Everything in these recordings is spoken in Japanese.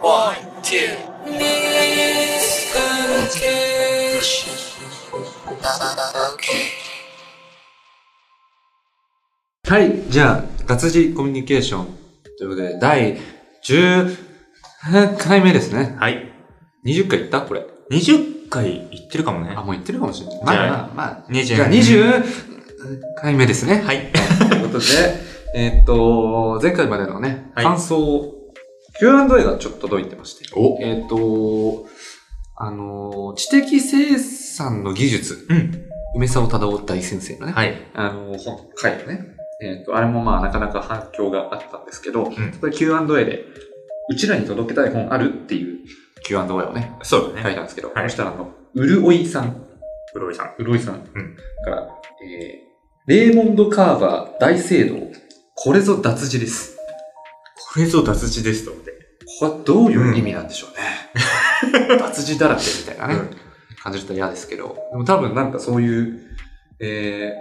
One, two. Misconception. Okay. はい、じゃあ、活字コミュニケーション。ということで、第10回目ですね。はい。 20回いったこれ。 20回行ってるかもねあ、。もういってるかもしれない。まじゃああまあまあ。 20じゃあ20回目ですね。。はいい。ということで、えーっと、前回までのね、はい感想を、Q&A がちょっと届いてまして。おえーっと、あの、知的生産の技術。うん。梅沢忠夫大先生のね。はい。あの、本、回のね。えっ、と、あれもまあ、なかなか反響があったんですけど、んそこで Q&A で、うちらに届けたい本あるっていう Q&A をね、そうだ書いね。たんですけど、はいそしたら、あの、うるおいさん、黒井さん。うるおいさん、んから、えー、レーモンド・カーバー大聖堂、これぞ脱字です。これぞ脱字ですと思って。これはどういう意味なんでしょうね。 脱字だらけみたいなね、うん感じると嫌ですけど、でも多分なんかそういう、え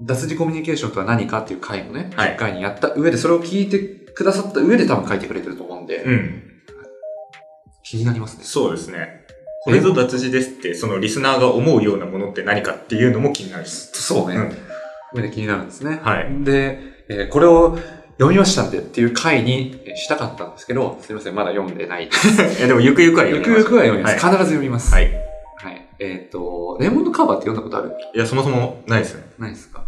ー、脱字コミュニケーションとは何かっていう回もね、はい10回にやった上で、それを聞いてくださった上で多分書いてくれてると思うんで、うん。気になりますね。そうですね。これぞ脱字ですって、そのリスナーが思うようなものって何かっていうのも気になるし。そうね。うん上で気になるんですね。はい。で、えーこれを読みましたんでっていう回にえーしたかったんですけど、すいません、まだ読んでないで す。え、でもゆくゆくはゆ読くみまゆすくは読みます。は必ず読みます。。はいい。はい、えっ、と、レモンドカーバーって読んだことあるいや、そもそもないですね。ないですか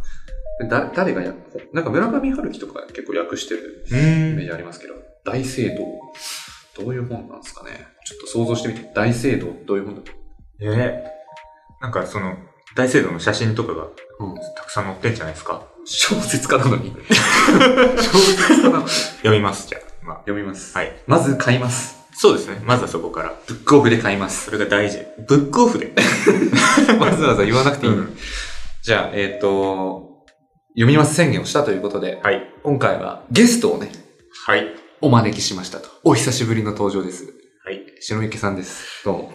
だ誰がやなんか村上春樹とか結構訳してるうイメーん。ジありますけど、大聖堂。どういう本なんですかねちょっと想像してみて、大聖堂どういう本だとえー、なんかその、大聖堂の写真とかが思う、うん、たくさん載ってんじゃないですか小説家なのに。 小説家なのに。読みます、じゃあ。まあ。読みます。はい。まず買います。そうですね。まずはそこから。ブックオフで買いますそ。れが大事。ブックオフで。わざわざ言わなくていい。うんじゃあ、えっ、と、読みます宣言をしたということで、はい。今回はゲストをね、はい。お招きしましたと。お久しぶりの登場です。はい。白池さんです。どうも。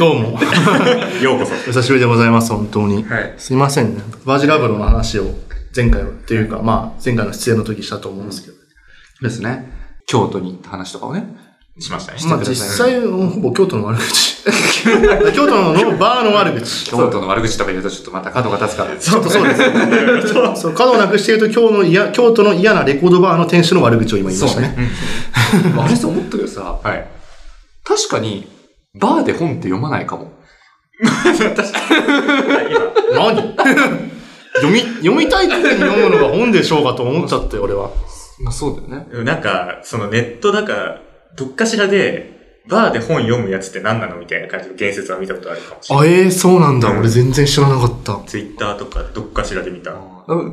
どうも。ようこそ。 お久しぶりでございます、本当に。はい。すいませんね。バージラブロの話を前回っていうか、まあ、前回の出演の時したと思うんですけど。ですね。京都に行った話とかをね。しましたね。してまあくだ実さ際、ほぼ京都の悪口。京都のバーの悪口。京都の悪口とか言うとちょっとまた角が立つ から。ちょっとそうですよね。そう、角をなくして言うと、京の嫌、京都の嫌なレコードバーの店主の悪口を今言いましたね。あれさ、思ったけどさ、はい。確かに、バーで本って読まないかも。何読み、読みたい時に読むのが本でしょうかと思っちゃって、俺は。まあそうだよね。今、 なんか、そのネットだから、どっかしらで、バーで本読むやつって何なのみたいな感じの言説は見たことあるかもしれない。あ、ええそうなんだ。俺全然知らなかった。ツイッターとかどっかしらで見た。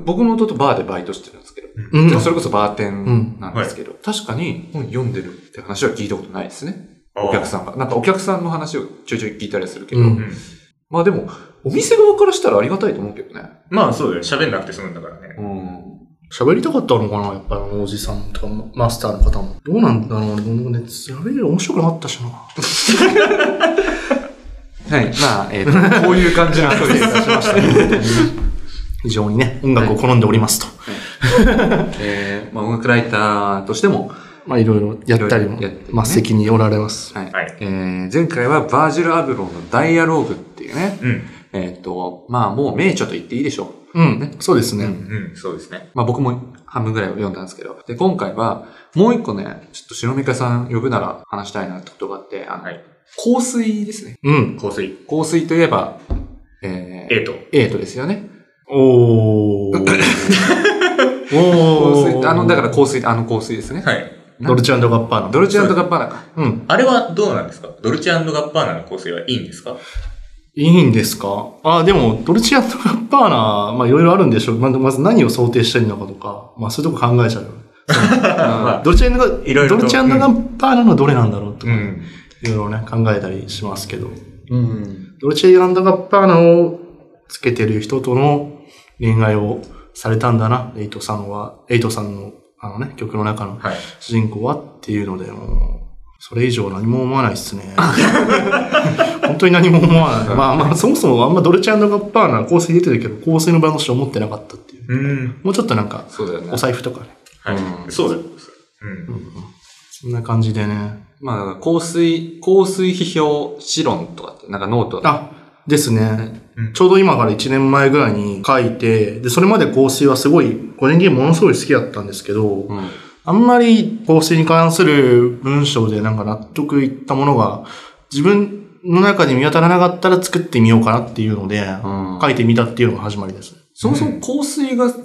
僕の弟バーでバイトしてるんですけど、うん。それこそバーテンなんですけど、確かに本読んでるって話は聞いたことないですね。お客さんが。なんかお客さんの話をちょいちょい聞いたりはするけど、うんんうん。まあでも、お店側からしたらありがたいと思うけどね。まあそうだよ。喋んなくて済むんだからね。うん。喋りたかったのかなやっぱりあのおじさんとかもマスターの方も。どうなんだろうね。ね喋り面白くなかったしな。はい。まあ、えっ、と、 こういう感じの遊びをいたしました。非常にね、音楽を好んでおりますと。 えー、まあ音楽ライターとしても、まあいろいろやったりもいろいろやってね、まあ席におられます。はい。はいえー前回はバージル・アブロンのダイアローグっていうね、うん。えっ、と、まあもう名著と言っていいでしょう。うん、そうですね。うん、そうですね。まあ僕も半分ぐらいを読んだんですけど。で、今回はもう一個ね、ちょっと白三香さん呼ぶなら話したいなってことがあって、あの、はい。香水ですね。うん。香水。香水といえば、ええー、ーと。エイトですよね。 おー。香お水ー。あの、だから香水、あの香水ですね。はい。ドルチアンドガッパーの。ドルチアンドガッバーナか。うん。あれはどうなんですかドルチアンドガッパーナの香水はいいんですかいいんですかあ、でも、ドルチアンドガッパーナ、まあいろいろあるんでしょう。まあまず何を想定してるのかとか、まあそういうとこ考えちゃうよね。まあドルチアンドガいろいろとドルチアンドガッパーナのどれなんだろうとか。ん。いろいろね、考えたりしますけど、うん。ドルチェランドガッパーナをつけてる人との恋愛をされたんだな、エイトさんは、エイトさんのあのね、曲の中のはい。主人公はっていうので、もう、それ以上何も思わないっすね。本当に何も思わない。まあまあ、そもそもあんまドルチェランドガッパーナ香水出てるけど、香水のブランドしか思ってなかったっていう。うん。もうちょっとなんか、そうだよねお。財布とかね、はい。そうだよ。うん。そんな感じでね、まあ、香水、香水批評、詩論とかって、なんかノートだあ、ですねうん。ちょうど今から1年前ぐらいに書いて、で、それまで香水はすごい、個人的にものすごい好きだったんですけど、うん。あんまり香水に関する文章でなんか納得いったものが、自分の中で見当たらなかったら作ってみようかなっていうので、うん書いてみたっていうのが始まりです。そもそも香水が好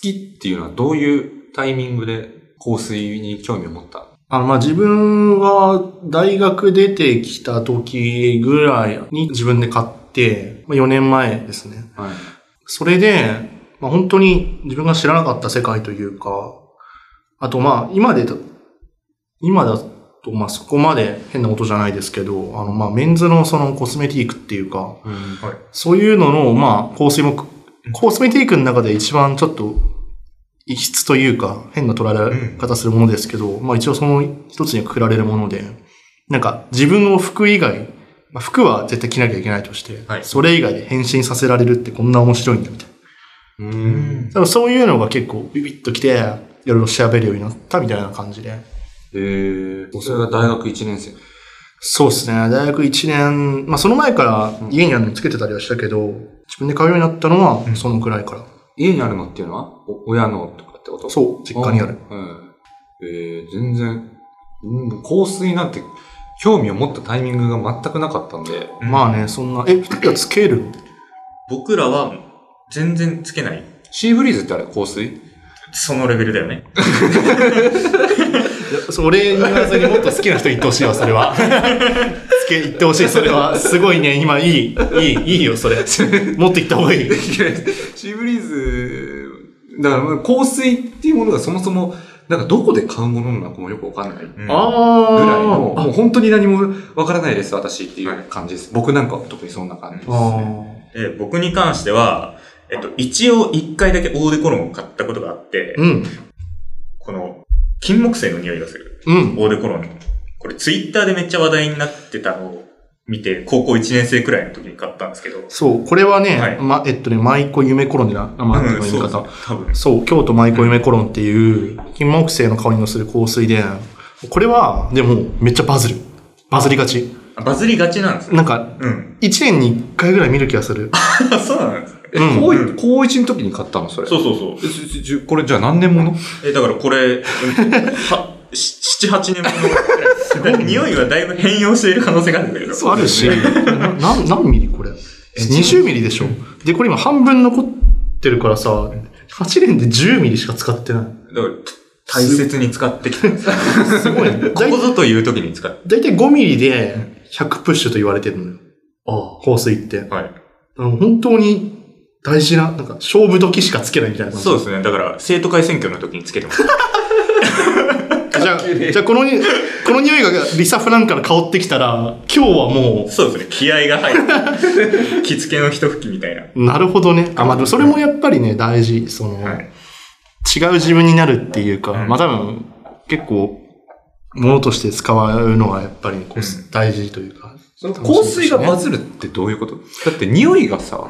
きっていうのはどういうタイミングで香水に興味を持ったあの、まあ、自分は大学出てきた時ぐらいに自分で買って、まあ、4年前ですね。はい。それで、まあ、本当に自分が知らなかった世界というか、あとまあ今でだ、今だとまあそこまで変なことじゃないですけど、あのまあメンズのそのコスメティークっていうか、うん。そういうののまあ香水も、コスメティークの中で一番ちょっと異質というか変な取られ方するものですけど、まあ一応その一つにくくられるもので、なんか自分を服以外、まあ、服は絶対着なきゃいけないとして、はいそれ以外で変身させられるってこんな面白いんだみたいな。うん。多分そういうのが結構ビビッときて、いろいろ調べるようになったみたいな感じで。えー、それが大学1年生。そうですね。大学1年、まあその前から家にあるのつけてたりはしたけど、自分で買うようになったのはんそのくらいから。家にあるのっていうのはお親のとかってことそう、実家にある。。うん。えー、全然、うん、香水なんて興味を持ったタイミングが全くなかったんで、うんまあね、そんな、え、二人はつける僕らは全然つけない。シーブリーズってあれ香 水そのレベルだよね。それ言わずにもっと好きな人言ってほしいわ、それは。つけ、言ってほしい、それは。すごいね、今いい、いい、いいよ、それ。持って行った方がいい。シーブリーズ、だから香水っていうものがそもそも、なんかどこで買うものなのかもよくわかんない。うんあぐーらいの、もう本当に何もわからないです、私っていう感じです。僕なんかは特にそんな感じです。あで、僕に関しては、えっと、一応一回だけオーデコロンを買ったことがあってー。う、ん。この、金木犀の匂いがする。うん。オーデコロン。これツイッターでめっちゃ話題になってたのを見て、高校1年生くらいの時に買ったんですけど。そう、これはね、はいま、えっとね、舞妓夢コロンでな、あまあ、言いそう方。多分。そう、京都舞妓夢コロンっていう、金木犀の香りのする香水で、これは、でも、めっちゃバズる。バズりがち。あバズりがちなんですね。なんか、うん。 1年に1回ぐらい見る気がする。あ、そうなん ですね。え、うん高う一ん高一の時に買ったのそれ。そうそうそう。えちちちこれじゃあ何年ものえ、だからこれ、は、七、八年もの、匂いはだいぶ変容している可能性があるんだけど。あるし、なな何ミリこれ ?20 ミリでしょ。で、これ今半分残ってるからさ、8年で10ミリしか使ってなだから大切に使って きたんですよい。すごい ね。こだいこぞという時に使って。だいたい5ミリで100プッシュと言われてるのよ。あ香水って。あ。はい。あの本当に大事な、なんか勝負時しかつけないみたいな感じ。そうですね。だから、生徒会選挙の時につけてます。じゃあ、じゃあこのに、この匂いがリサ・フランから香ってきたら、今日はも そうですね。気合が入 る。着付けの一吹きみたいな。う、なるほどね。あ、まあ、でもそれもやっぱりね、大事。その、はい。違う自分になるっていうか、うんまあ多分、結構、ものとして使うのはやっぱりこう、うん大事というか。その楽しみ香ですね水がバズるってどういうことだって匂いがさ、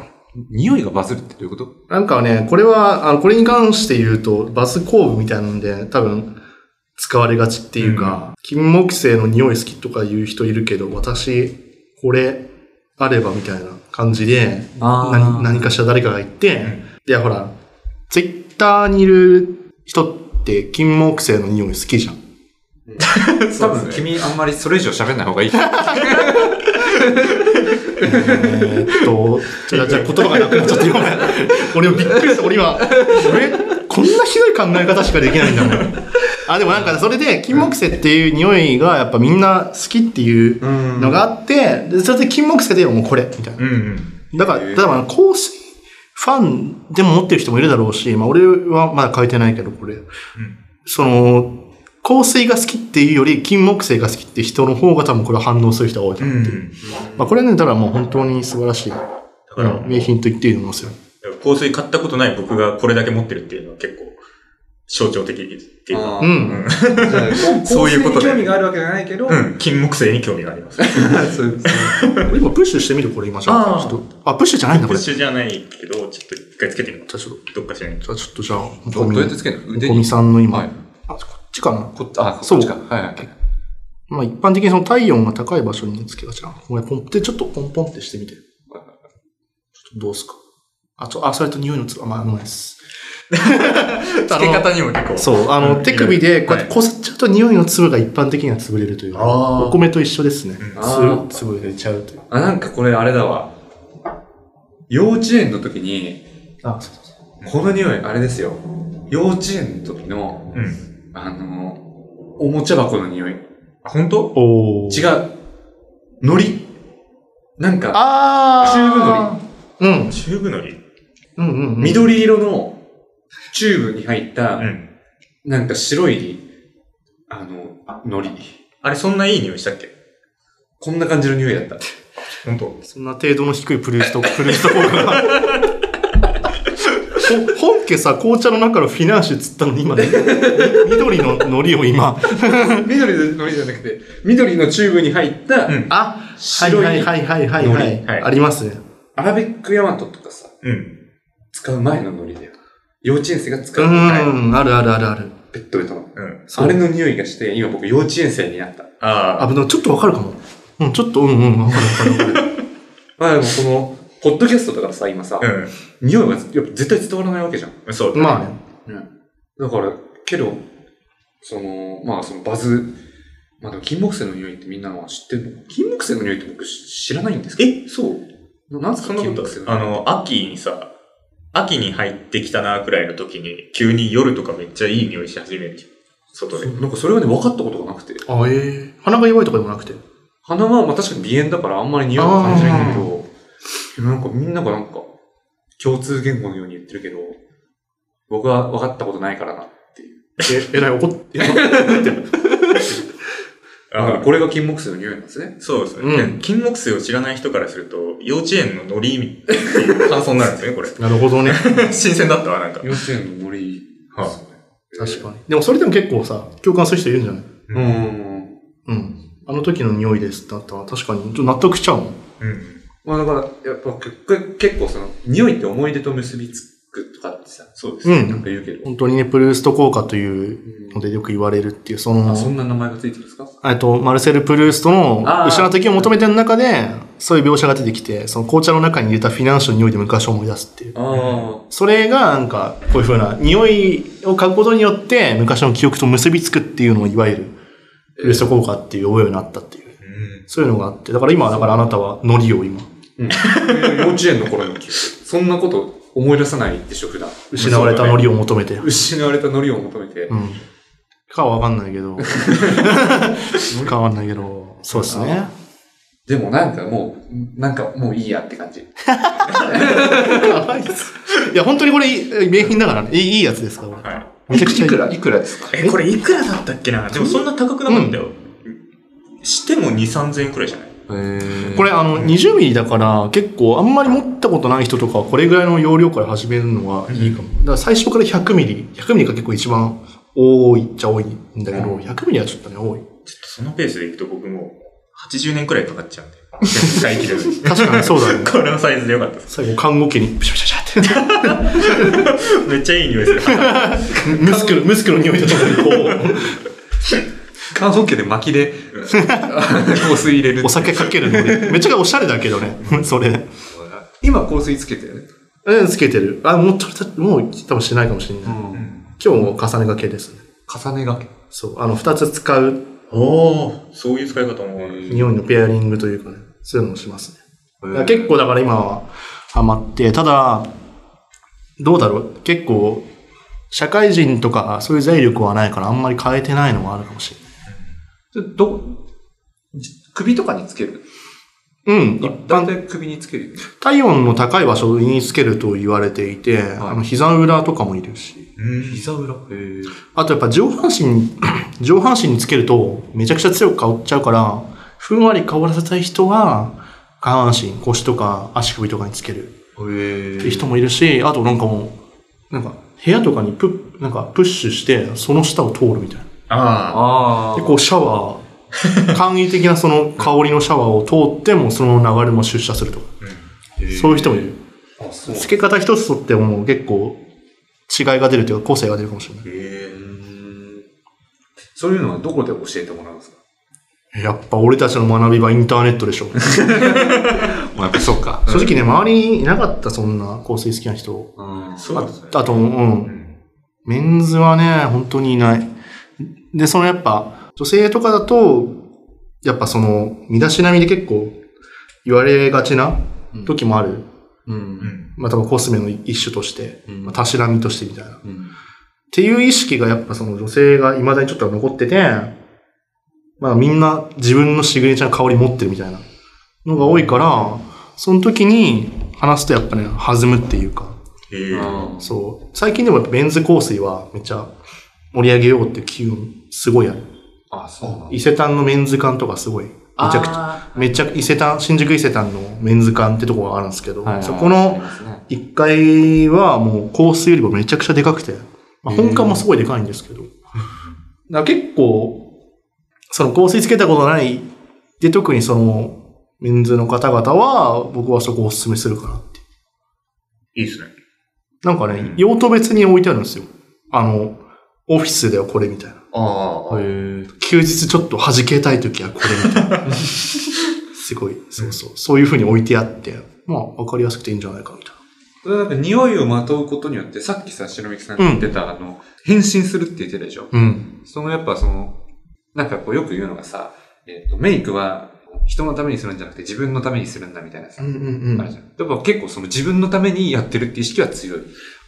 匂いがバズるってどういうことなんかね、これは、あの、これに関して言うと、バス工具みたいなので、多分、使われがちっていうか、金木犀の匂い好きとか言う人いるけど、私、これ、あればみたいな感じで、何何かしら誰かが言って、んいやほら、ツイッターにいる人って金木犀の匂い好きじゃん。多分君あんまりそれ以上喋んない方がいい。えーっと、じゃあ、じゃあ言葉がなくなっちゃって、ごめん。俺もびっくりした、俺今。俺、こんなひどい考え方しかできないんだもん。あ、でもなんか、それで、金木犀っていう匂いが、やっぱみんな好きっていうのがあって、でそれで金木犀でもうこれ、みたいなう。んうん。だから、例えば、香水ファンでも持ってる人もいるだろうし、まあ、俺はまだ変えてないけど、これ。その、香水が好きっていうより、金木犀が好きって人の方が多分これは反応する人が多いとう思う。んうん。まあ、これはね、ただもう本当に素晴らしい。だから、名品と言っていいと思いますよ。香水買ったことない僕がこれだけ持ってるっていうのは結構、象徴的っていうか。ううんん。そういうことで香水に興味があるわけじゃないけど、うん。金木犀に興味があり ます。そういう今プッシュしてみるこれ今じゃあ。あーちょっとあ、プッシュじゃないんだプッこれ。じゃシュじゃないけど、ちょっと一回つけてみよう。あちょっどっかしらに。と、じゃあちょっとじゃあ、どどうやってつけるの小見にさんの今。はいあ、こっちかな。こあ、そそうっちか。はいはい。まあ一般的にその体温が高い場所につけがちな。これポンってちょっとポンポンってしてみて。ちょっとどうすか。あ、ちょ、あ、それと匂いのつ、あ、まあ、ごめんです。つけ方にも結構。そう、あの、手首でこうやってこすっちゃうと匂いの粒が一般的には潰れるという。あーお米と一緒ですね。うんあーつぶ潰れちゃうという。あ、なんかこれあれだわ。幼稚園の時に、あ、そうそうそう。この匂い、あれですよ。幼稚園の時の、うん。あの、おもちゃ箱の匂い。違う。あ本当おー。海苔。なんか、あー。中部チューブのりうん。うんうんうん。緑色のチューブに入った、うん。なんか白い、あの、海苔。あれ、そんないい匂いしたっけこんな感じの匂いだった。 本当そんな程度の低いプルースト、プルースト効果 が。ほ本家さ、紅茶の中のフィナーシュつったのに今、ね、み緑の海苔を今。緑の海苔じゃなくて、緑のチューブに入った、うん。あ白いはいはいはいはい、はい海苔はいありますね。アラビックヤマトとかさ、うん。使う前の海苔だよ。幼稚園生が使うう前ん、あるあるあるある。ベッドベトの。うん。そうあれの匂いがして、今僕幼稚園生になった。ああ、あ。でもちょっとわかるかも。うん、ちょっと、うんうん、わかるわかるわかる。まあでもこの、ポッドキャストだからさ、今さ、う匂いはやっぱ絶対伝わらないわけじゃん。ん。そう。まあね。だから、けど、その、まあそのバズ、まあでも金木犀の匂いってみんなは知ってるの金木犀の匂いって僕知らないんですけど。え、そうななんすそかんな金こと木犀のあ匂いの、秋にさ、秋に入ってきたなくらいの時に、急に夜とかめっちゃいい匂いし始めるじゃん。外で。そうなんかそれはね、分かったことがなくて。あ、ええ鼻が弱いとかでもなくて。鼻はまあ確かに鼻炎だからあんまり匂いは感じないんだけど、でもなんかみんながなんか共通言語のように言ってるけど、僕は分かったことないからなっていう。え、えらい怒って。だからあこれが金木犀の匂いなんですね。そうですね、うんで金木犀を知らない人からすると、幼稚園のノリっていう感想になるんですね、これ。なるほどね。 新鮮だったわ、なんか。幼稚園のノリはい確かに。でもそれでも結構さ、共感する人いるんじゃないに。うん。うん。あの時の匂いですってなったら確かに、ちょっと納得しちゃうもん。うん。まあだから、やっぱ結結構その、匂いって思い出と結びつくとかってさ、そうですね。うんなんか言うけど。本当にね、プルースト効果というのでよく言われるっていう、そのあ、そんな名前がついてるんですかえっと、マルセル・プルーストのあー失う時を求めてる中で、そういう描写が出てきて、その紅茶の中に入れたフィナンシュの匂いで昔を思い出すっていう。ああ。それがなんか、こういう風な匂いを嗅ぐことによって、昔の記憶と結びつくっていうのを、いわゆる、プルースト効果っていう覚えになったっていう。そういうのがあって、だから今、だからあなたはノリを今、うん。幼稚園の頃の記憶。そんなこと思い出さないでしょ、普段。失われたノリを求めて。う失われたノリを求めて。ん。かはわかんないけ ど。かわかんないけど。そうですね。でもなんかもう、なんかもういいやって感じ。やばいっす。 いや、本当にこれ、名品だからね。いいいいやつですから、これはい。めちゃくちゃいい。いくらですかえ、これいくらだったっけなでもそんな高くなかったよ。しても2、3000円くらいじゃないこれあの20ミリだから結構あんまり持ったことない人とかはこれぐらいの容量から始めるのがいいかも。だから最初から100ミリ、100ミリが結構一番多いっちゃ多いんだけど、100ミリはちょっとね、多い。ちょっとそのペースでいくと僕もう80年くらいかかっちゃうんで。 全部使い切れ ずに。確かにそうだね これのサイズでよかったです。最後、看護機に、プシャプシャプシ ャっめっちゃいい匂いする。て、 ムスクの、ムスクの匂いとともに こ乾燥機で薪で、 香水入れるう、お酒かけるので、めっちゃおしゃれだけどね、それ。今香水つけてるね。うん、つけてる。あ、もうちょっと、もう多分してないかもしれない。今日も重ね掛けですね。重ねがけ。そう、あの、二つ使うおー、そういう使い方もある。日本のペアリングというかね、そういうのもしますね。だから結構だから今はハマって、ただ、どうだろう結構、社会人とかそういう財力はないからあんまり変えてないのもあるかもしど、じ首とかにつけるれない。うん。一だい般たい首につけるよね。体温の高い場所につけると言われていて、あの膝の裏とかもいるし、うん。膝裏。へえ。あとやっぱ上半身 に、上半身につけるとめちゃくちゃ強く香っちゃうから、ふんわり香らせたい人は、下半身、腰とか足首とかにつける。へっていう人もいるし、あとなんかもう、なんか部屋とかにプッ、なんかプッシュして、その下を通るみたいな。ああ。あで、こうシャワ ー、簡易的なその香りのシャワーを通って、もうその流れも出社するとか、そういう人もいる。あ。そう。付け方一つとっても結構違いが出るというか、個性が出るかもしれない。へえ。そういうのはどこで教えてもらうんですかやっぱ俺たちの学びはインターネット でしょ。まあやっぱそうか。正直ね、周りにいなかった、そんな香水好きな人。うん。そうですね。あと、うん。メンズはね、本当にいない。で、そのやっぱ、女性とかだと、やっぱその、身だしなみで結構言われがちな時もある。う。うんん。まあ多分コスメの一種として、うんまあたしなみとしてみたいな。っうん。ていう意識がやっぱその女性が未だにちょっと残ってて、まあみんな自分のシグネチャーの香り持ってるみたいなのが多いから、その時に話すとやっぱね、弾むっていうか。へえ。うんそう。最近でもやっぱメンズ香水はめっちゃ盛り上げようっていう機運すごいある。あ、そうなんだ伊勢丹のメンズ館とかすごい。めちゃくちゃ、ゃ。めちゃ伊勢丹、新宿伊勢丹のメンズ館ってとこがあるんですけど、はいはいそこありのますね1階はもう香水よりもめちゃくちゃでかくて、まあ、本館もすごいでかいんです けど、だから結構、その香水つけたことない、で特にその、メンズの方々は、僕はそこをおすすめするかなって。いいですね。なんかね、うん用途別に置いてあるんですよ。あの、オフィスではこれみたいな。ああ。へえ。休日ちょっと弾けたい時はこれみたいな。すごい、そうそう。そういう風に置いてあって、まあ、わかりやすくていいんじゃないかみたいそれなんか匂いをまとうことによって、さっきさ、白きさんが言ってた、あの、変身するって言ってたでしょ。な。うん。そのやっぱその、なんかこうよく言うのがさ、えっ、と、メイクは人のためにするんじゃなくて自分のためにするんだみたいなさ、うんうんうあるん。じゃん。やっぱ結構その自分のためにやってるって意識は強い。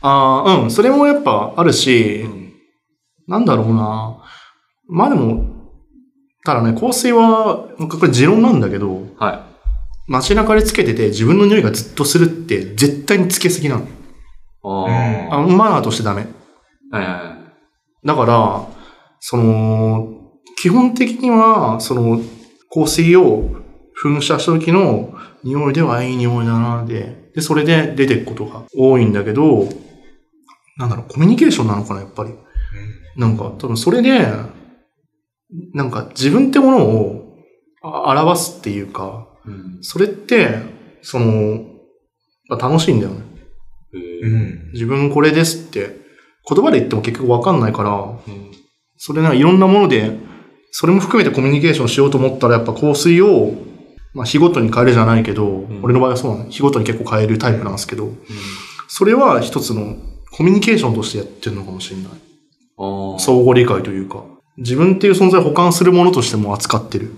ああ、うん。それもやっぱあるし、ん。なんだろうな。まあでも、ただね、香水は、なんかこれ持論なんだけど、は街中でつけてて自分の匂いがずっとするって、絶対につけすぎなの。い。ああ。あマナーとしてダメ。はいはいはい。だから、その、基本的には、その、香水を噴射した時の匂いではいい匂いだなで、で、それで出てくことが多いんだけど、なんだろう、コミュニケーションなのかな、やっぱり。なんか、多分それで、なんか自分ってものをあ表すっていうか、うん。それって、その、まあ楽しいんだよね。うん。自分これですって、言葉で言っても結局わかんないから、うんそれならいろんなもので、それも含めてコミュニケーションしようと思ったら、やっぱ香水を、まあ、日ごとに変えるじゃないけど、ん俺の場合はそうなの。日ごとに結構変えるタイプなんですけど、それは一つのコミュニケーションとしてやってるのかもしれない。ああ。う。相互理解というか、自分っていう存在を補完するものとしても扱ってる。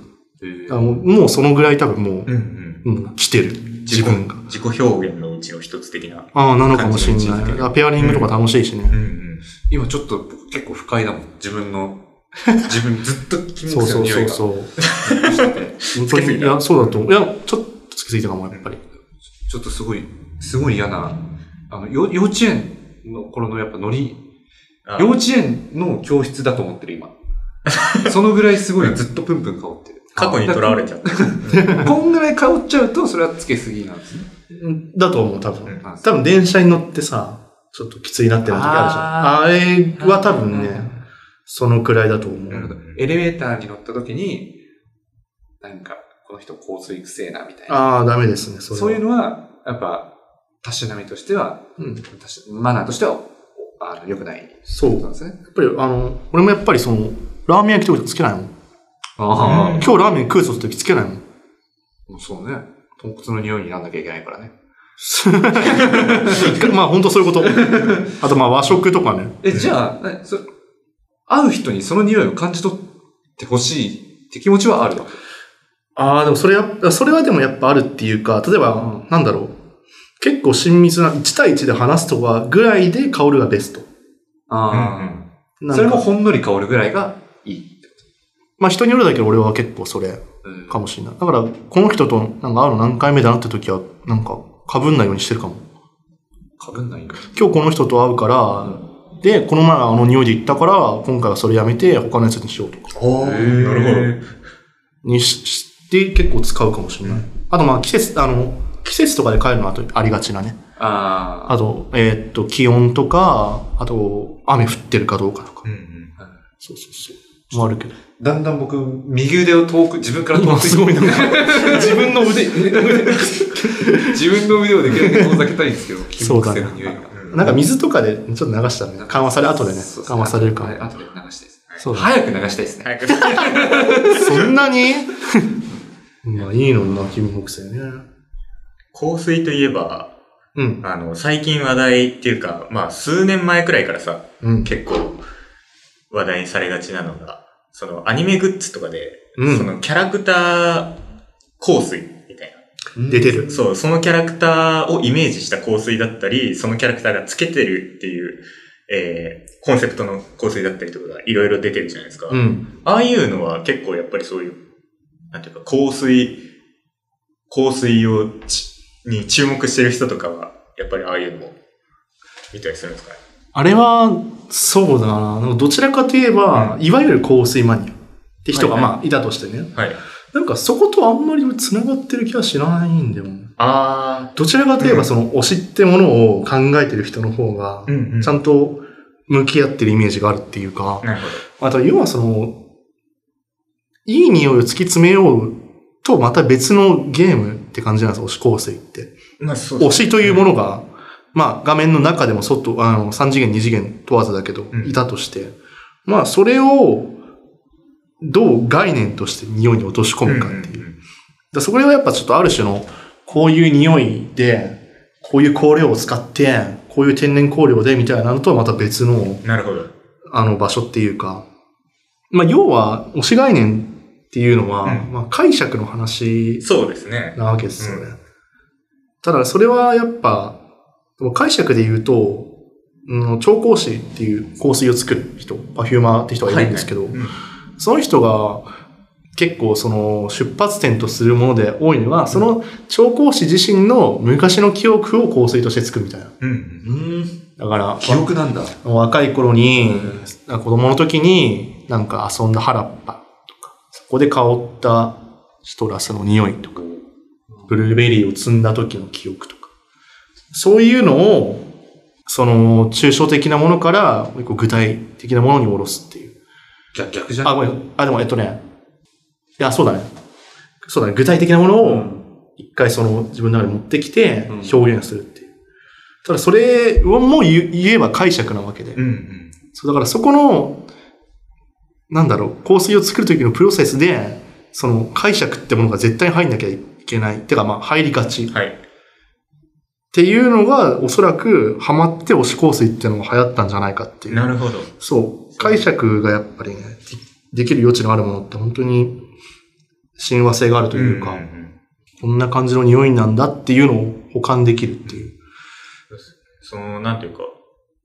だからもうもうそのぐらい多分もうんうん。う、うん、来てる。自分が。自己表現のうちの一つ的な。ああ、なのかもしれない。感じのだ位置づかけらペアリングとか楽しいしね。んうん。今ちょっと結構不快だもん。自分 の、自分ずっと気持そちのうそう匂そいうが。そう。本つ当けすに、ぎいたや、そうだと思う。いや、ちょっとつけすぎたかも、やっぱり。ちょっとすごい、すごい嫌な、あの、よ幼稚園の頃のやっぱノリあ幼稚園の教室だと思ってる、今。 そのぐらいすごい ずっとプンプン香ってる。過去にとらわれちゃった。だこんぐらい香っちゃうと、それはつけすぎなんですね。だと思う、多分。あ多分電車に乗ってさ、ちょっときついなってなる時あるじゃん。あれは多分ね、そのくらいだと思なるほど。う。エレベーターに乗った時に、なんか、この人香水くせえな、みたいな。ああ、ダメですね、それはそういうのは、やっぱ、たしなみとしては、うんたしマナーとしては、あの、良くない。そう。なやんですね。っぱり、あの、俺もやっぱりその、ラーメン焼きとかつけないもん。あうん今日ラーメン食うぞって時つけないも ん。あ、そうね。豚骨の匂いになんなきゃいけないからね。まあ、本当そういうこと。あと、まあ、和食とかね。え、じゃあ、なそれ会う人にその匂いを感じ取ってほしいって気持ちはあるわああ、でもそれや、それはでもやっぱあるっていうか、例えば、うんなんだろう。結構親密な、1対1で話すとかぐらいで香るがベスト。あなあ。んかそれもほんのり香るぐらいがいいってまあ人によるだけど俺は結構それことかもしれない。だから、この人となんか会うの何回目だなって時は、なんか被んないようにしてるかも。かぶんないんだ。今日この人と会うから、で、この前はあの匂いで行ったから、今回はそれやめて他のやつにしようとか。おーなるほど。にしして結構使うかもしれない。あとまあ季節、あの、季節とかで帰るのはあとありがちなね。ああと、えーっと、気温とか、あと、雨降ってるかどうかとか。ほど。うんうん。そうそうそう。もあるけど。あ。だんだん僕、右腕を遠く、自分から遠今くすごいなんか、 自分の腕、自分の腕をできるだけ遠ざけたいんですけど、金そう木だね犀の匂いが。うんなんか水とかでちょっと流したらね、緩和され、後でねそう、そう緩和されるかもは。い後で流してです。そうだね早く流したいですね。早 く。はそん なにまあいいのにな、君北星ね。香水といえば、うん。あの、最近話題っていうか、まあ、数年前くらいからさ、うん。結構話題にされがちなのが、そのアニメグッズとかで、うんそのキャラクター香水みたい出てるな。。そう、そのキャラクターをイメージした香水だったり、そのキャラクターがつけてるっていう、えー、コンセプトの香水だったりとかがいろいろ出てるじゃないですか。うん。ああいうのは結構やっぱりそういう、なんていうか、香水、香水をち、に注目してる人とかは、やっぱりああいうのを見たりするんですかね。あれは、そうだな。なんかどちらかといえば、いわゆる香水マニアって人が、はいはいまあ、いたとしてね。はい。なんかそことあんまり俺繋がってる気はしないんだよね。あどちらかといえうば、んその推しってものを考えてる人の方があ、んちゃんと向き合ってるイメージがあるっていうか、なるほど。あと、要はその、いい匂いを突き詰めようと、また別のゲームって感じなんですよ、推し構成って。まあそう推しというものが、まあ、画面の中でも外、あの、3次元、2次元問わずだけどう、んいたとして、まあ、それを、どう概念として匂いに落とし込むかっていう。う。だそこはやっぱちょっとある種の、こういう匂いで、こういう香料を使って、こういう天然香料でみたいなのとはまた別の、なるほど。あの場所っていうか、まあ要は、推し概念っていうのは、うんまあ解釈の話そうですね。なわけですよね。ただそれはやっぱ、解釈で言うと、うん、調香師っていう香水を作る人、パフューマーって人がいるんですけど、うんその人が結構その出発点とするもので多いのは、その調香師自身の昔の記憶を香水として作るみたいな。うん。うん。だから、記憶なんだ。若い頃に、子供の時になんか遊んだ原っぱとか、そこで香ったシトラスの匂いとか、ブルーベリーを摘んだ時の記憶とか、そういうのを、その、抽象的なものから、こう具体的なものに下ろすっていう。逆逆じゃん。あ、ごめん。あ、でも、えっとね。いや、そうだね。そうだね。具体的なものうをん一回その自分の中に持ってきてうん表現するっていう。ただ、それをもう言う言えば解釈なわけで。うんうん。そう、だからそこの、なんだろう、香水を作る時のプロセスで、その解釈ってものが絶対入んなきゃいけない。てか、まあ、入りがち。っはい。ていうのが、おそらく、ハマって推し香水っていうのが流行ったんじゃないかっていう。なるほど。そう。解釈がやっぱりね、でできる余地のあるものって本当に親和性があるというか、んんこんな感じの匂いなんだっていうのを保管できるっていう。その、なんていうか、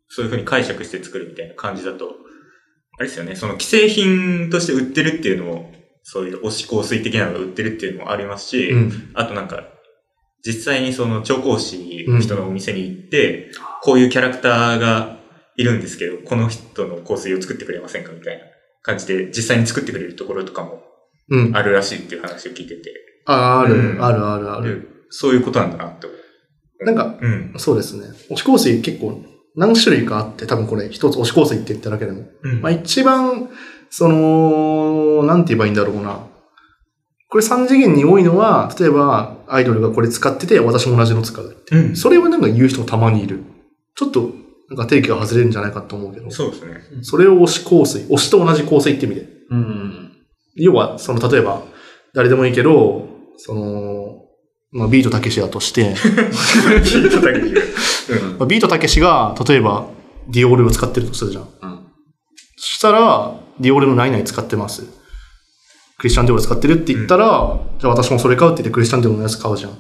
そういうふうに解釈して作るみたいな感じだと、あれですよね、その既製品として売ってるっていうのも、そういう推し香水的なのが売ってるっていうのもありますし、うん。あとなんか、実際にその調香師の人のお店に行って、こういうキャラクターがいるんですけど、この人の香水を作ってくれませんかみたいな感じで、実際に作ってくれるところとかもうん。あるらしいっていう話を聞いてて、あある、うんあるあるある。でそういうことなんだなって思う。なんか、うん。そうですね。推し香水結構何種類かあって、多分これ一つ推し香水って言っただけでも。うんまあ一番、その、なんて言えばいいんだろうな。これ3次元に多いのは、例えばアイドルがこれ使ってて、私も同じの使う。うんそそれはなんか言う人もたまにいる。ちょっと、なんか定義が外れるんじゃないかと思うけど、そうですね。れを推し香水、推しと同じ香水って意味で。うん。要は、その、例えば、誰でもいいけど、その、まあ、ビートたけしだとして、聞いただけで。まあビートたけしが、例えば、ディオールを使ってるとするじゃん。うん。そしたら、ディオールの何々使ってます。クリスチャンディオール使ってるって言ったら、じゃあ私もそれ買うって言ってクリスチャンディオールのやつ買うじゃん。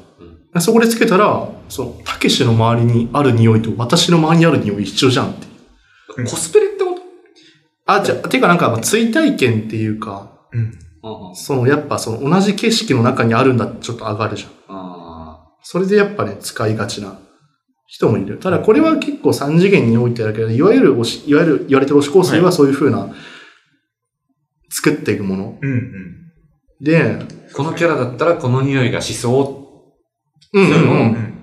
でそこでつけたら、その、たけしの周りにある匂いと私の周りにある匂い一緒じゃんって。うんコスプレってこあ、じゃあ、てかなんか、まあ追体験っていうか、うん。とその、やっぱその、同じ景色の中にあるんだってちょっと上がるじゃん。あそれでやっぱね、使いがちな人もいる。ただこれは結構3次元においてだけど、いわゆる推し、いわゆる言われてる推し構成ははそういう風な、作っていくもの。うんうん。で、ーこのキャラだったらこの匂いが思想をうんそうういうんのうん。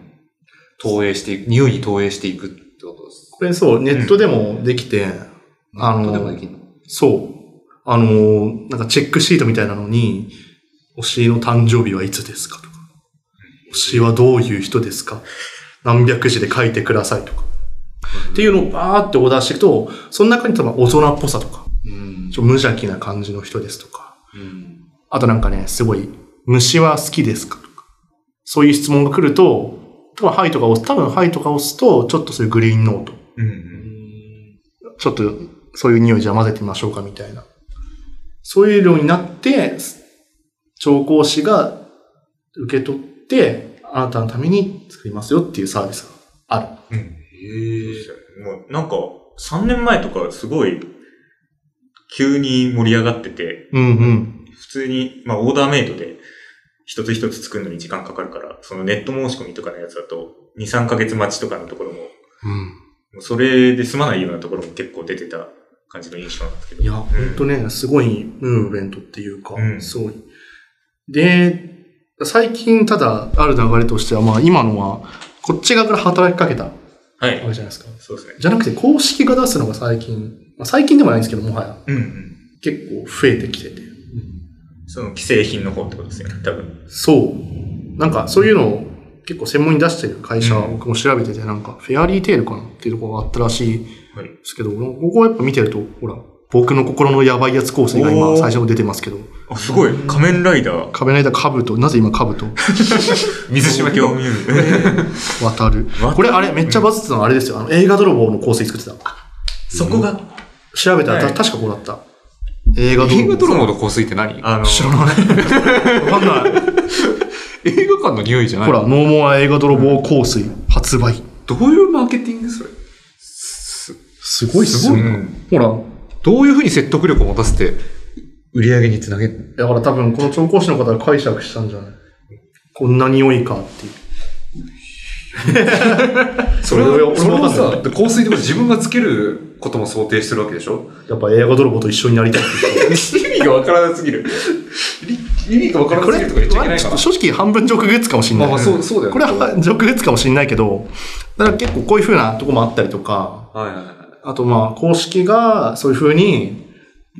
投影していく、匂いに投影していくってことです。これそう、ネットでもできて、あのーどうでもできるのそう。あのーなんかチェックシートみたいなのに、推しの誕生日はいつですかとか、推しはどういう人ですか何百字で書いてくださいとか。っていうのをバーってオーダーしていくと、その中に多分大人っぽさとか、うんちょ無邪気な感じの人ですとか、うんあとなんかね、すごい、虫は好きですかとか、そういう質問が来ると、多分はいとか押す、多分はいとか押すと、ちょっとそういうグリーンノート、うんう。うんんちょっとそういう匂いじゃ混ぜてみましょうかみたいな。そういう量になって、調香師が受け取って、あなたのために作りますよっていうサービスがある。うん。へえもうなんか、3年前とかすごい、急に盛り上がってて、うんうん。普通に、まあ、オーダーメイドで、一つ一つ作るのに時間かかるから、そのネット申し込みとかのやつだと、2、3ヶ月待ちとかのところも、もうそれで済まないようなところも結構出てた感じの印象なんですけど。いや、ほんとね、すごいムーブメントっていうか、うんすごい。で、最近ただある流れとしては、まあ今のは、こっち側から働きかけたわはけい。じゃないですか。そうですね。じゃなくて公式が出すのが最近、まあ、最近でもないんですけど、もはやうんうん。結構増えてきてて。その既製品の方ってことですよね、多分。そう。なんかそういうのを結構専門に出してる会社、僕も調べてて、なんかフェアリーテールかなっていうところがあったらしいではい。すけど、ここはやっぱ見てると、ほら、僕の心のやばいやつ構成がお今ー最初も出てますけど、あ、すごい。仮面ライダー、壁の間兜、なぜ今兜水島京美。渡る渡る。これあれ、めっちゃバズってたのあれですよ。あの映画泥棒の構成作ってた。そこが、調べたら、はいた確かこうだった。映画映泥画棒。泥棒の香水って何あの、知らない。わかんない。映画館の匂いじゃないほら、ノーモア映画泥棒香水発売。どういうマーケティングそれすすごいっすすよごいね。なほら、どういうふうに説得力を持たせて売り上げにつなげるだから多分この調香師の方が解釈したんじゃないこんなに良いかっていう。それをそれ俺もはささ、香水とか自分がつけることも想定してるわけでしょやっぱ映画泥棒と一緒になりたいっていう意味がわからなすぎる。意味がわからなすぎるとか言っちゃいけないちかょっなと。正直半分俗月かもしんない。まあまあそうそうだよこねれは俗月かもしんないけど、だから結構こういう風なとこもあったりとか、はいはいはい。あとまあ公式がそういう風に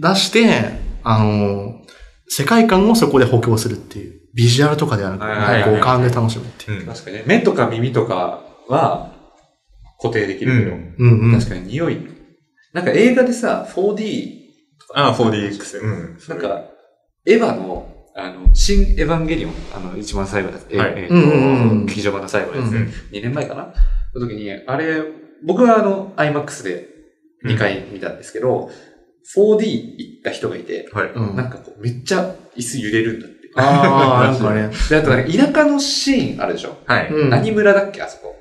出して、あの、世界観をそこで補強するっていう。ビジュアルとかではなく、はいはいはい五感で楽しむっていう。うん確かにね。目とか耳とかは固定できるけど、うんうんうん。確かに匂い。なんか映画でさ、4D とか。あ、4DX。うん。なんか、エヴァの、あの、新エヴァンゲリオン、あの、一番最後のやつ、えはいえーうんうんうと、ん劇場版の最後のやつ、うんうん2年前かなの時に、あれ、僕はあの、IMAX で2回見たんですけど、4D 行った人がいて、はい。うんなんかこう、めっちゃ椅子揺れるんだって。あ あ、なんかね。で、あとなんか田舎のシーンあるでしょ、はい。うん何村だっけあそこ。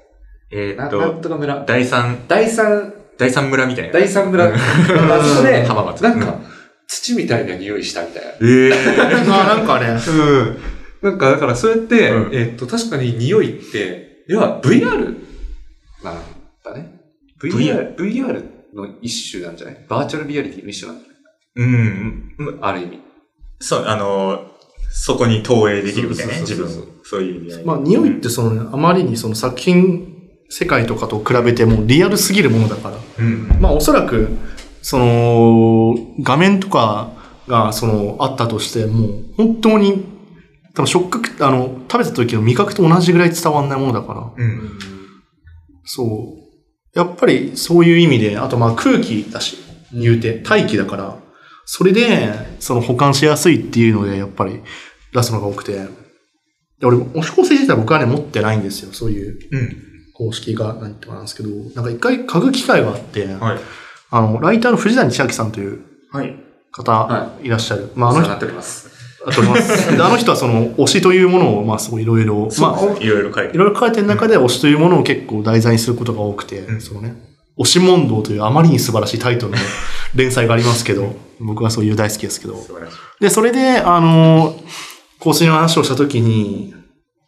えーなっなんと、とか村。第三、第三、第三村みたいな。第三村。うんあそこで、浜松。なんか、土みたいな匂いしたみたいな。うん、ええまあなんかね、うん。なんか、だから、そうやって、うんえっと、確かに匂いって、要は VR なんだね。VR、VR の一種なんじゃないバーチャルリアリティの一種なんじゃないうん。うんある意味。そう、あのー、そこに投影できるみたいなね、そうそ自うそ分うそうをそういう意味合い。まあ匂いってそのね、あまりにその作品世界とかと比べてもリアルすぎるものだから、うん。まあおそらく、その、画面とかがその、あったとしても、本当に、多分触覚、あの、食べた時の味覚と同じぐらい伝わんないものだから、うん。そう。やっぱりそういう意味で、あとまあ空気だし、言うて、大気だから、それで、その保管しやすいっていうので、やっぱり出すのが多くて。で俺、おし香水自体僕はね、持ってないんですよ。そういううん。公式が、なんてかなんですけど、なんか一回嗅ぐ機会があって、はい。あの、ライターの藤谷千秋さんというはい。方はがいらっしゃる。まあ、あお世の話にな人、っております。あとます。であの人はその、推しというものを、まあ、すごいいろいろ、まあ、そうですねいろいろ書いいてろいろ書いてる中で推しというものを結構題材にすることが多くて、うんそのね、推し問答というあまりに素晴らしいタイト ルの連載がありますけど、僕はそういう大好きですけど。素晴らしい。で、それで、あの、香水の話をしたときに、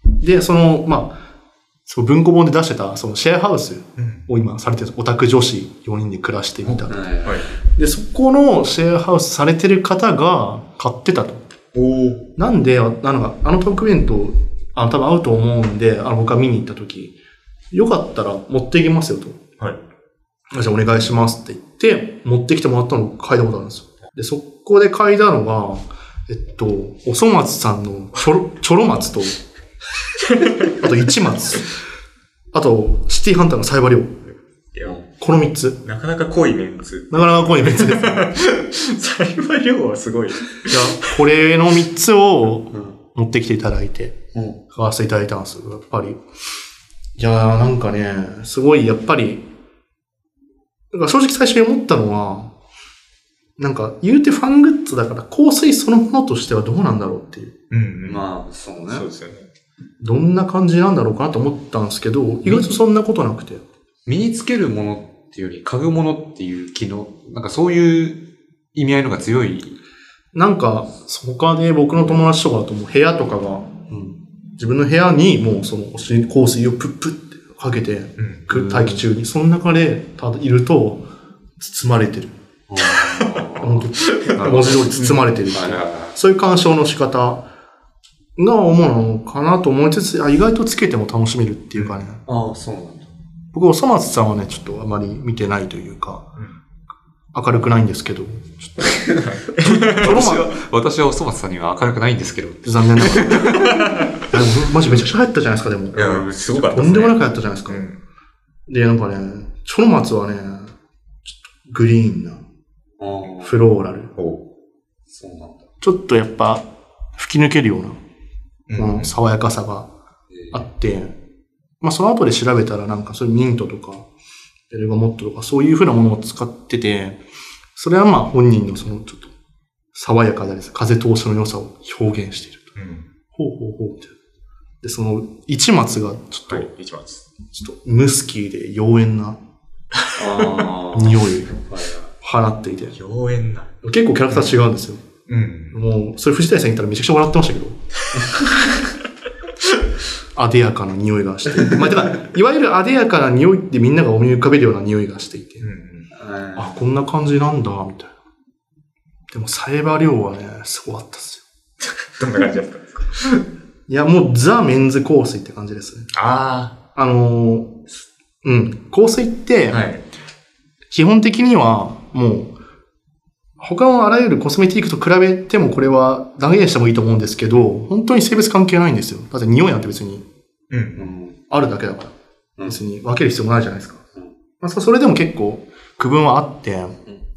で、その、まあ、そう文庫本で出してた、そのシェアハウスうん。を今されてるオタク女子4人で暮らしてみた。はい。はい。で、そこのシェアハウスされてる方が買ってたと。おー。なんで、あなんか、あのトークイベント、あの、多分合うと思うんで、あの、僕が見に行った時、よかったら持っていきますよと。はい。あじゃあお願いしますって言って、持ってきてもらったのを嗅いだことあるんですよ。で、そこで嗅いだのが、えっと、おそ松さんのちょろ、ちょろ松と、あと一松、あと、シティハンターのサイバリョウ。いや、ここの3つ。なかなか濃いメンツ。なかなか濃い3つです。いや、サイバー量はすごい。これの3つをうん。持ってきていただいて、うん。買わせていただいたんですよ、やっぱり。いやー、なんかね、すごい、やっぱり、なんか正直最初に思ったのは、なんか、言うてファングッズだから、香水そのものとしてはどうなんだろうっていう。うんままあ、そうねあ、。そうですよね。どんな感じなんだろうかなと思ったんですけど、意外とそんなことなくて。身につけるものっていうより、嗅ぐものっていう機能、なんかそういう意味合いのが強い。なんか、他で僕の友達とかだともう部屋とかが、うん。自分の部屋にもうそのお尻香水をプップッってかけて、うん。く待機中に、その中でたいると、包まれてる。本当に文字通り包まれてる。あらそういう鑑賞の仕方が主なのかなと思いつつ、あ意外とつけても楽しめるっていうかね。ああ、そうなんだ。僕、おそ松さんはね、ちょっとあまり見てないというか、明るくないんですけど、ちょっとちょ私っとまあ、は、私はおそ松さんには明るくないんですけど。残念ながら。でもマジめちゃくちゃ流行ったじゃないですか、でも。いや、すごかったとですんね。でもなく流行ったじゃないですか。うん。で、なんかね、チョロマツはね、ちょっとグリーンな、ああ、フローラル。おそうなんだ。ちょっとやっぱ、吹き抜けるような、うんこの爽やかさがああって、まあその後で調べたらなんかそういうミントとか、ベルガモットとかそういう風なものを使ってて、それはまあ本人のそのちょっと爽やかなです風通しの良さを表現している。うん。ほうほうほうみたいな。で、その市松がちょっと、はい、一番です。ちょっとムスキーで妖艶なあ匂いをはい放っていて、妖艶な。結構キャラクター違うんですよ。うん。もう、それ藤谷さん言ったらめちゃくちゃ笑ってました けど。あでやかな匂いがして。まあ、てか、いわゆるあでやかな匂いってみんなが思い浮かべるような匂いがしていて。うん。はい。あ、こんな感じなんだ、みたいな。でも、サイバー量はね、すごかったですよ。どんな感じだったんですかいや、もう、ザ・メンズ香水って感じですね。ああのーうん、香水って、はい。基本的には、もう、他のあらゆるコスメティックと比べてもこれは断言してもいいと思うんですけど、本当に性別関係ないんですよ。だって匂いなんて別にう。うんん。あるだけだかうら。ん別に分ける必要もないじゃないですかうん。まあ、そそれでも結構区分はあって、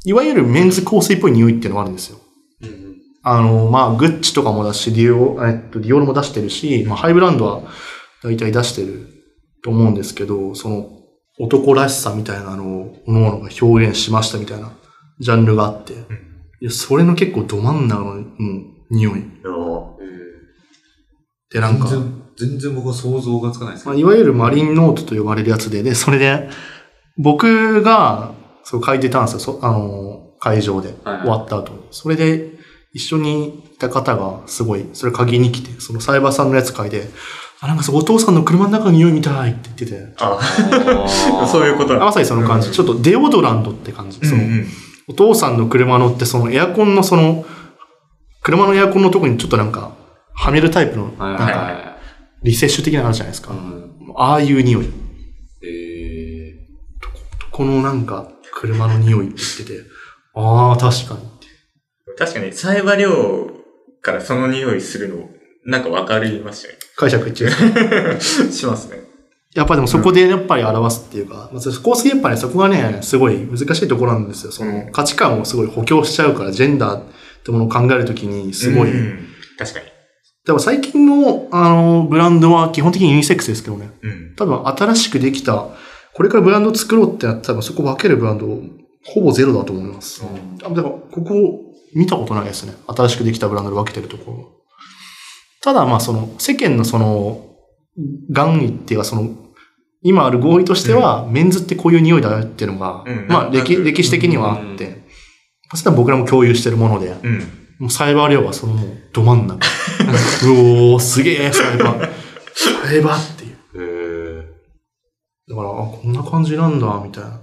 いわゆるメンズ香水っぽい匂いっていうのはあるんですよ。うん。あの、まあ、グッチとかもだし、ディオ、えっと、ディオールも出してるし、まあ、ハイブランドは大体出してると思うんですけど、その、男らしさみたいなのを、各々が表現しましたみたいなジャンルがあって、いや、それの結構ど真ん中の、うん、匂い。おで、なんか、全然僕は想像がつかないですまあ、いわゆるマリンノートと呼ばれるやつで、で、それで、僕が、そう書いてたんですよ、そあの、会場で、はいはい終わった後に。それで、一緒にいた方が、すごい、それ鍵に来て、そのサイバーさんのやつ書いて、あ、なんかそうお父さんの車の中の匂いみたいって言ってて、あ ああ、ーそういうことあなまさにその感じ、ちょっとデオドランドって感じ。そそうのん。お父さんの車乗って、そのエアコンのその、車のエアコンのとこにちょっとなんか、はめるタイプの、はいなんはいか、はリセッシュ的なのあるじゃないですい。うか。ん。ああいう匂い。ええ。このなんか、車の匂いって言ってて、ああ、確かにって。確かに、サイバー量からその匂いするの、なんかわかりますよ解釈一致です。ね。 しますね。やっぱでもそこでやっぱり表すっていうか、まあ、そこやっぱりそこがね、すごい難しいところなんですよ。その価値観をすごい補強しちゃうから、ジェンダーってものを考えるときにすごい。うでん確かに。も最近の、あの、ブランドは基本的にユニセックスですけどね。うん。多分新しくできた、これからブランド作ろうってなったら多分そこ分けるブランド、ほぼゼロだと思います。あ、だから、ここ、見たことないですね。新しくできたブランドで分けてるところ。ただ、まあ、その、世間のその、願意っていうか、その、今ある合意としては、メンズってこういう匂いだよっていうのが、うんまなあん歴、なん歴史的にはあって、それは僕らも共有してるもので、うん。もうサイバー量はそのもう、ど真 ん中。うおー、すげえ、サイバー。サイバーっていう。へだから、あ、こんな感じなんだ、みたいな。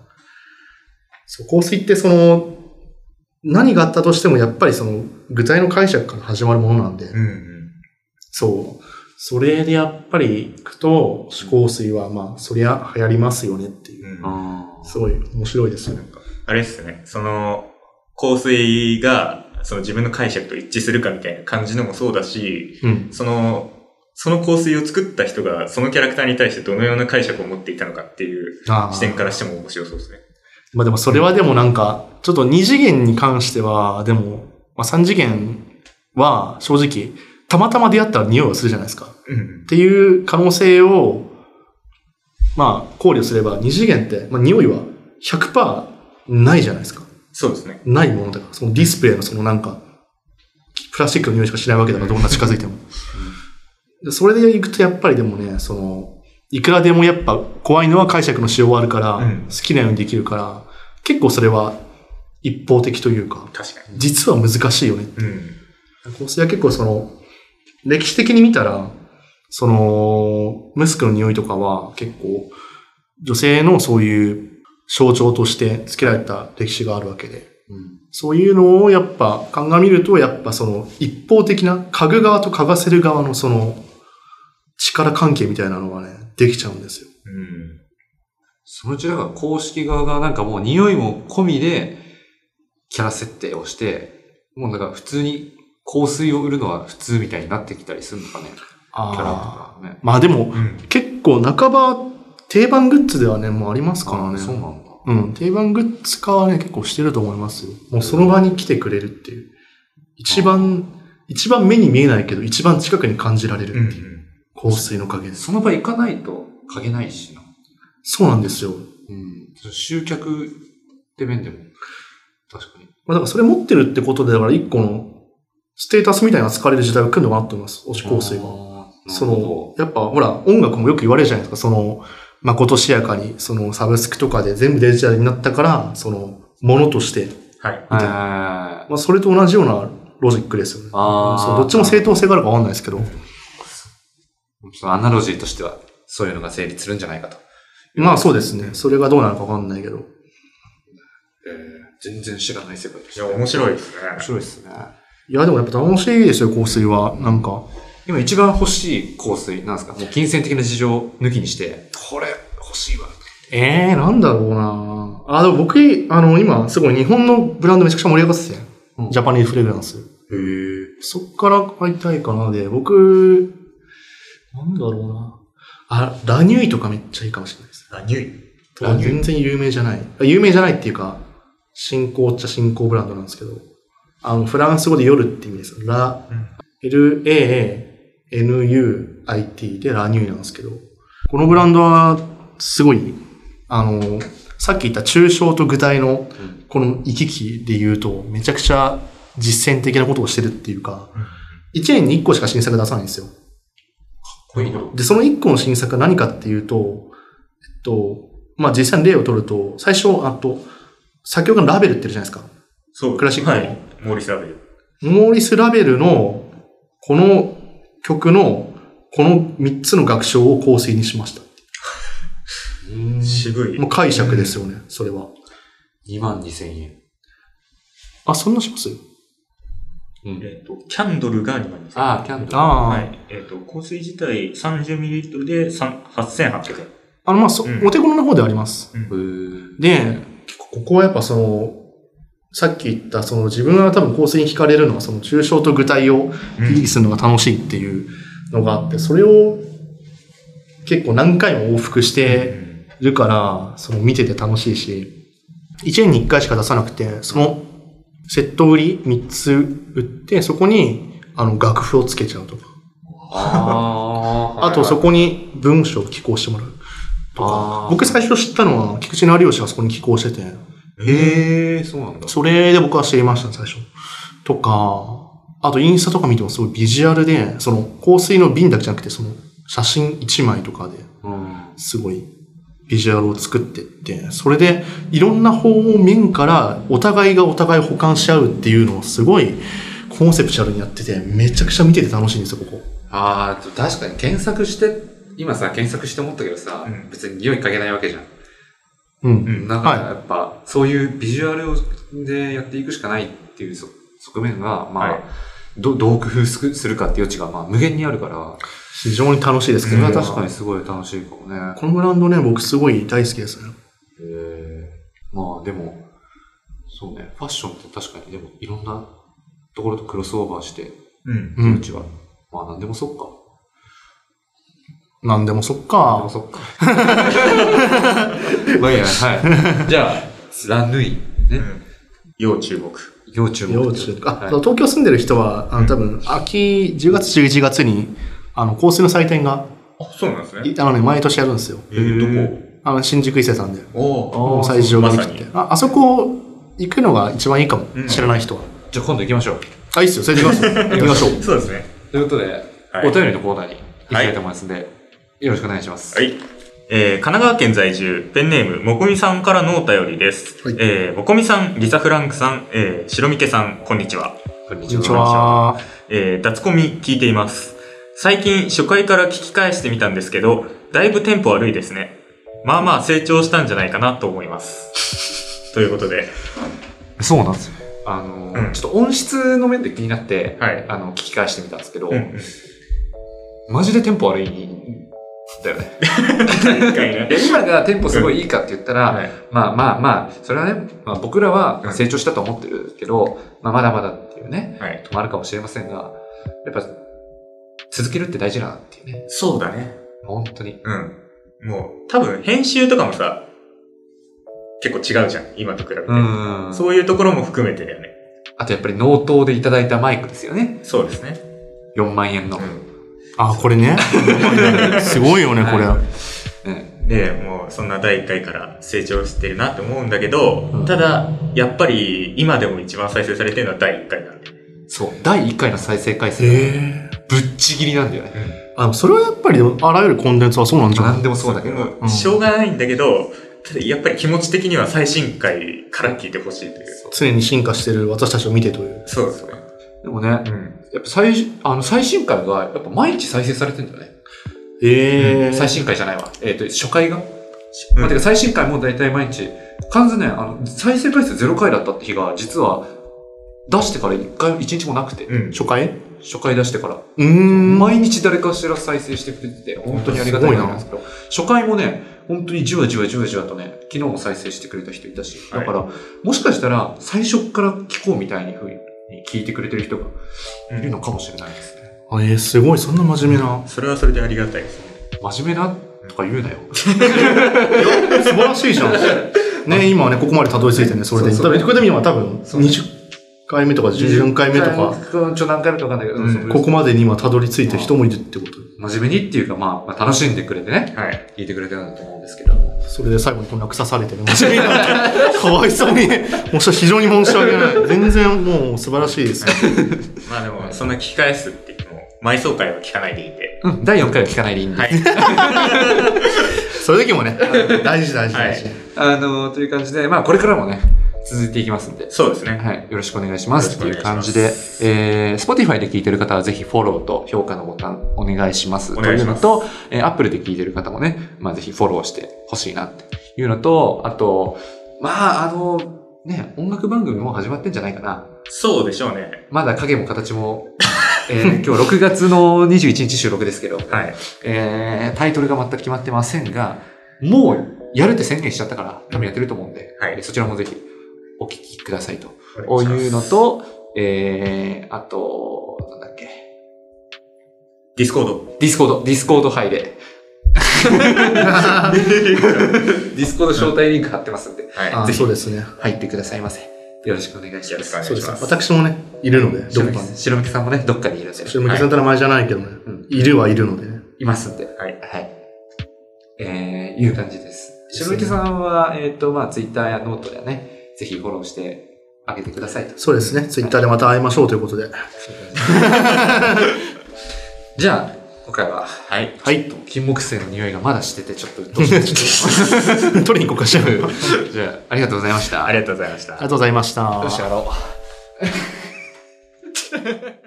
そう、香水ってその、何があったとしても、やっぱりその、具体の解釈から始まるものなんで、うん。そう。それでやっぱりいくと、香水はまあ、そりゃ流行りますよねっていう。うんあすごい面白いですね。あれですね、その、香水が、その自分の解釈と一致するかみたいな感じのもそうだし、うん。その、その香水を作った人が、そのキャラクターに対してどのような解釈を持っていたのかっていうああ視点からしても面白そうですね。まあでもそれはでもなんか、ちょっと2次元に関しては、でも、まあ3次元は正直、たまたま出会ったら匂いはするじゃないですか。うんっ。ていう可能性を、まあ、考慮すれば、二次元って、まあ、匂いは100%ないじゃないですか。そうですね。ないものだから、そのディスプレイのそのなんか、プラスチックの匂いしかしないわけだから、どんな近づいても。でそれで行くと、やっぱりでもね、その、いくらでもやっぱ怖いのは解釈のしようはあるから、うん好きなようにできるから、結構それは一方的というか、確か実は難しいよねに。うん。香水は結構その、歴史的に見たら、その、ムスクの匂いとかは結構、女性のそういう象徴として付けられた歴史があるわけで、そういうのをやっぱ鑑みると、やっぱその一方的な、嗅ぐ側と嗅がせる側のその、力関係みたいなのがね、できちゃうんですよ。うん。そのうちだから公式側がなんかもう匂いも込みでキャラ設定をして、もうなんか普通に香水を売るのは普通みたいになってきたりするのかね。キャラとああ。かね。まあでも、うん。結構半ば定番グッズではね、もうありますからね。そうなんだ。うん、定番グッズ化はね、結構してると思いますよ。もうその場に来てくれるっていう。一番、一番目に見えないけど、一番近くに感じられるうん。うっていう。ん香水の影です。その場行かないと嗅げないしな。そうなんですよ。うん。集客って面でも。確かに。まあだからそれ持ってるってことで、だから一個のステータスみたいな扱われる時代が来るのかなと思います。推し香水あーなるは。ほどその、やっぱほら、音楽もよく言われるじゃないですか。その、まことしやかに、そのサブスクとかで全部デジタルになったから、その、ものとして、はい。みたいなあーまあそれと同じようなロジックですよね。あーそうどっちも正当性があるかわかんないですけど。ちょっとアナロジーとしては、そういうのが成立するんじゃないかと。まあそうですね。それがどうなのかわかんないけど。えー全然知らない世界でいや、面白いですね。面白いですね。いや、でもやっぱ楽しいですよ、香水は。なんか。今一番欲しい香水なんですかもう金銭的な事情抜きにして、これ欲しいわ。ええー、なんだろうなあ、でも僕、あの、今、すごい日本のブランドめちゃくちゃ盛り上がってて、うんジャパニーズフレグランス。へえ。そっから買いたいかなで、僕、なんだろうなあ、ラニュイとかめっちゃいいかもしれないです。あ、ニュイ。ラニュイ全然有名じゃない。あ有名じゃないっていうか、新興っちゃ新興ブランドなんですけど、あの、フランス語で夜って意味です。ラ、LANUIT でラニュイなんですけど、このブランドはすごい、あの、さっき言った抽象と具体のんこの行き来で言うと、めちゃくちゃ実践的なことをしてるっていうか、1年に1個しか新作出さないんですよ。こいいの。で、その1個の新作は何かっていうと、えっと、まあ、実際に例を取ると、最初、あと、先ほどのラベルって言るじゃないですか。そう。クラシックのはい。モーリス・ラベル。モーリス・ラベルの、この曲の、この3つの楽章を構成にしました。渋い。もう解釈ですよね、それは。 2万2千円。あ、そんなしますううん。ん。えっと、キャンドルが2万2000円。ああ、キャンドル。あは。い。えっと、香水自体 30ml で3 8800円。あの、まあ、そうんお手頃の方ではあります。うーん。で、結構ここはやっぱその、さっき言った、その自分が多分構成に惹かれるのは、その抽象と具体をうんいいするのが楽しいっていうのがあって、それを結構何回も往復して、いるから、その見てて楽しいし、1年に1回しか出さなくて、そのセット売り3つ売って、そこにあの楽譜をつけちゃうとか、ああとそこ。こに文章を寄稿してもらうとあかー、僕最初知ったのは菊池成吉がそこに寄稿してて、へえ、そうなんだ。それで僕は知りました、最初。とか、あとインスタとか見てもすごいビジュアルで、その香水の瓶だけじゃなくて、その写真1枚とかで、うん。すごいビジュアルを作ってって、それでいろんな方面からお互いがお互い補完し合うっていうのをすごいコンセプチュアルにやってて、めちゃくちゃ見てて楽しいんですよ、ここ。ああ、ちょ確かに検索して、今さ、検索して思ったけどさ、うん別に匂い嗅げないわけじゃん。うん。うんだからはやっぱ、そういうビジュアルをでやっていくしかないっていうそ側面が、まあ、はいどどう工夫すするかっていう余地が、まあ、無限にあるから、非常に楽しいでそすけれど、は確かにすごい楽しいかもね。このブランドね、僕すごい大好きですね。えーまあでも、そうね、ファッションって確かにでもいろんなところとクロスオーバーして、うん。う。うんちは、まあ何でもそっか。なんでもそっ 何でも か。そっか。まあいいや、はい。じゃあ、ラヌイ。ね。要注目。要注目。幼稚園あ、はい東京住んでる人は、あの、多分、秋、10月、11月に、あの、香水の祭典が、あ、そうなんですね。あのね、毎年やるんですよ。えー、どあの、新宿伊勢さんで。こもう最上まにさ来にて。。あ、あそこ行くのが一番いいかもう。ん知らない人は。じゃあ今度行きましょう。あ、いいっすよ。それで行き ましょう。行きましょう。そうですね。ということで、はいお便りのコーナーに行きたいと思いますんで、よろしくお願いします。はい。えー神奈川県在住、ペンネーム、もこみさんからのお便りです。はいえーもこみさん、リサ・フランクさん、えー、白みけさん、こんにちは。こんにこちんにちは。は。えー、脱コミ聞いています。最近初回から聞き返してみたんですけど、だいぶテンポ悪いですね。まあまあ成長したんじゃないかなと思います。 ということで、そうなんですよ。あの、うんちょっと音質の面で気になって、はいあの、聞き返してみたんですけ ど、うんマジでテンポ悪いんだよね。いや今がテンポすごいいいかって言ったら、はいまあまあまあ、それはね、まあ、僕らうんは成長したと思ってるけど、まあまだまだっていうね、はい。止まるかもしれませんが、やっぱ、続けるって大事だなっていうね。そうだね。本当に。うん。もう、多分編集とかもさ、結構違うじゃん。今と比べて。うん。そういうところも含めてだよね。あとやっぱり納刀でいただいたマイクですよね。そうですね。 4万円の。あ、これ ね。すごいよね、これ。ははいいねで、もうそんな第1回から成長してるなって思うんだけど、うんただ、やっぱり今でも一番再生されてるのは第1回なんで。そう。第1回の再生回数がえぶっちぎりなんだよね。え。あ、でもそれはやっぱり、あらゆるコンテンツはそうなんじゃな何いでもそうだけど。もうしょうがないんだけど、ただやっぱり気持ち的には最新回から聞いてほしいという。常に進化してる私たちを見てという。そうですね。でもね、やっうん。ぱ最、あの、最新回が、やっぱ毎日再生されてんだよね。ええ。最新回じゃないわ。えっ、と、初回が、まあ、てか最新回も大体毎日、完全ね、あの、再生回数0回だったって日が、実は、出してから1回、一日もなくて、うん。初回初回出してから、うーん。毎日誰かしら再生してくれてて、本当にありがたいなんですけど、初回もね、本当にじわじわじわじわとね、昨日も再生してくれた人いたし、はだいから、もしかしたら最初から聞こうみたいに風に聞いてくれてる人がいるのかもしれないですね。あえー、すごい、そんな真面目な。それはそれでありがたいですね。真面目なとか言うなよ。素晴らしいじゃん。ね、今はね、ここまでたどり着いてね、それで。そうそう多分これでも今多分、そうそう20回目とか14回目とか、か。ちょ、何回目とかだけど、うんそうここまでに今たどり着いて人もいるってこと。真面目にっていうか、まあ、まあ、楽しんでくれ てね、はい。聞いてくれてるんだと思うんですけども。それで最後にこんな腐 されてる。真面目な。かわいそうに。もし非常に申し訳ない。全然もう素晴らしいですよ。まあでも、そんな聞き返すって言っても、埋葬会は聞かないでいて。うん、第4回は聞かないでいいんで。はい。それだけもね、大事大事大事。はいあのーという感じで、まあ、これからもね、続いていきますんで。そうですね。はい、よろしくお願いします。よとろいしくうお願感いしじまで、えー、Spotify で聞いてる方はぜひフォローと評価のボタンお願いします。お願いしますというのと、えー、Apple で聞いてる方もね、まあぜひフォローしてほしいなっていうのと、あと、まああの、ね、音楽番組も始まってんじゃないかな。そうでしょうね。まだ影も形も、 えー、今日6月の21日収録ですけど、はい。えー、タイトルが全く決まってませんが、もうやるって宣言しちゃったから、多分やってると思うんで、はいえーそちらもぜひお聞きくださいと。こういうのと、えー、あと、なんだっけ。ディスコード。ディスコード、ディスコー ド入れ。 ディスコード招待リンク貼ってますんで、はい。あぜひそうですね。入ってくださいませ。よろしくお願いしよまろしくお願すい。そうでしすまね。す。私もね、いるので、ど白こ木かさにん。。白木さんもね、どっかにいらっしゃ白る。向きさんたら前じゃないけどねうん。いるはいるのでね。いますんで。はい。はい。えー、いう感じです。です白ね木さんは、えっ、と、まあ、ツイッターやノートでね、ぜひフォローしてあげてくださいと。そうですね。ツイッターでまた会いましょうという ことで。じゃあ、今回は、はい。はい。金木犀の匂いがまだしてて、ちょっと鬱陶しい です取りに行こうかしら。ありがじゃあ、ありがとうございました。ありがとうございました。とうございましたよし、。やろう。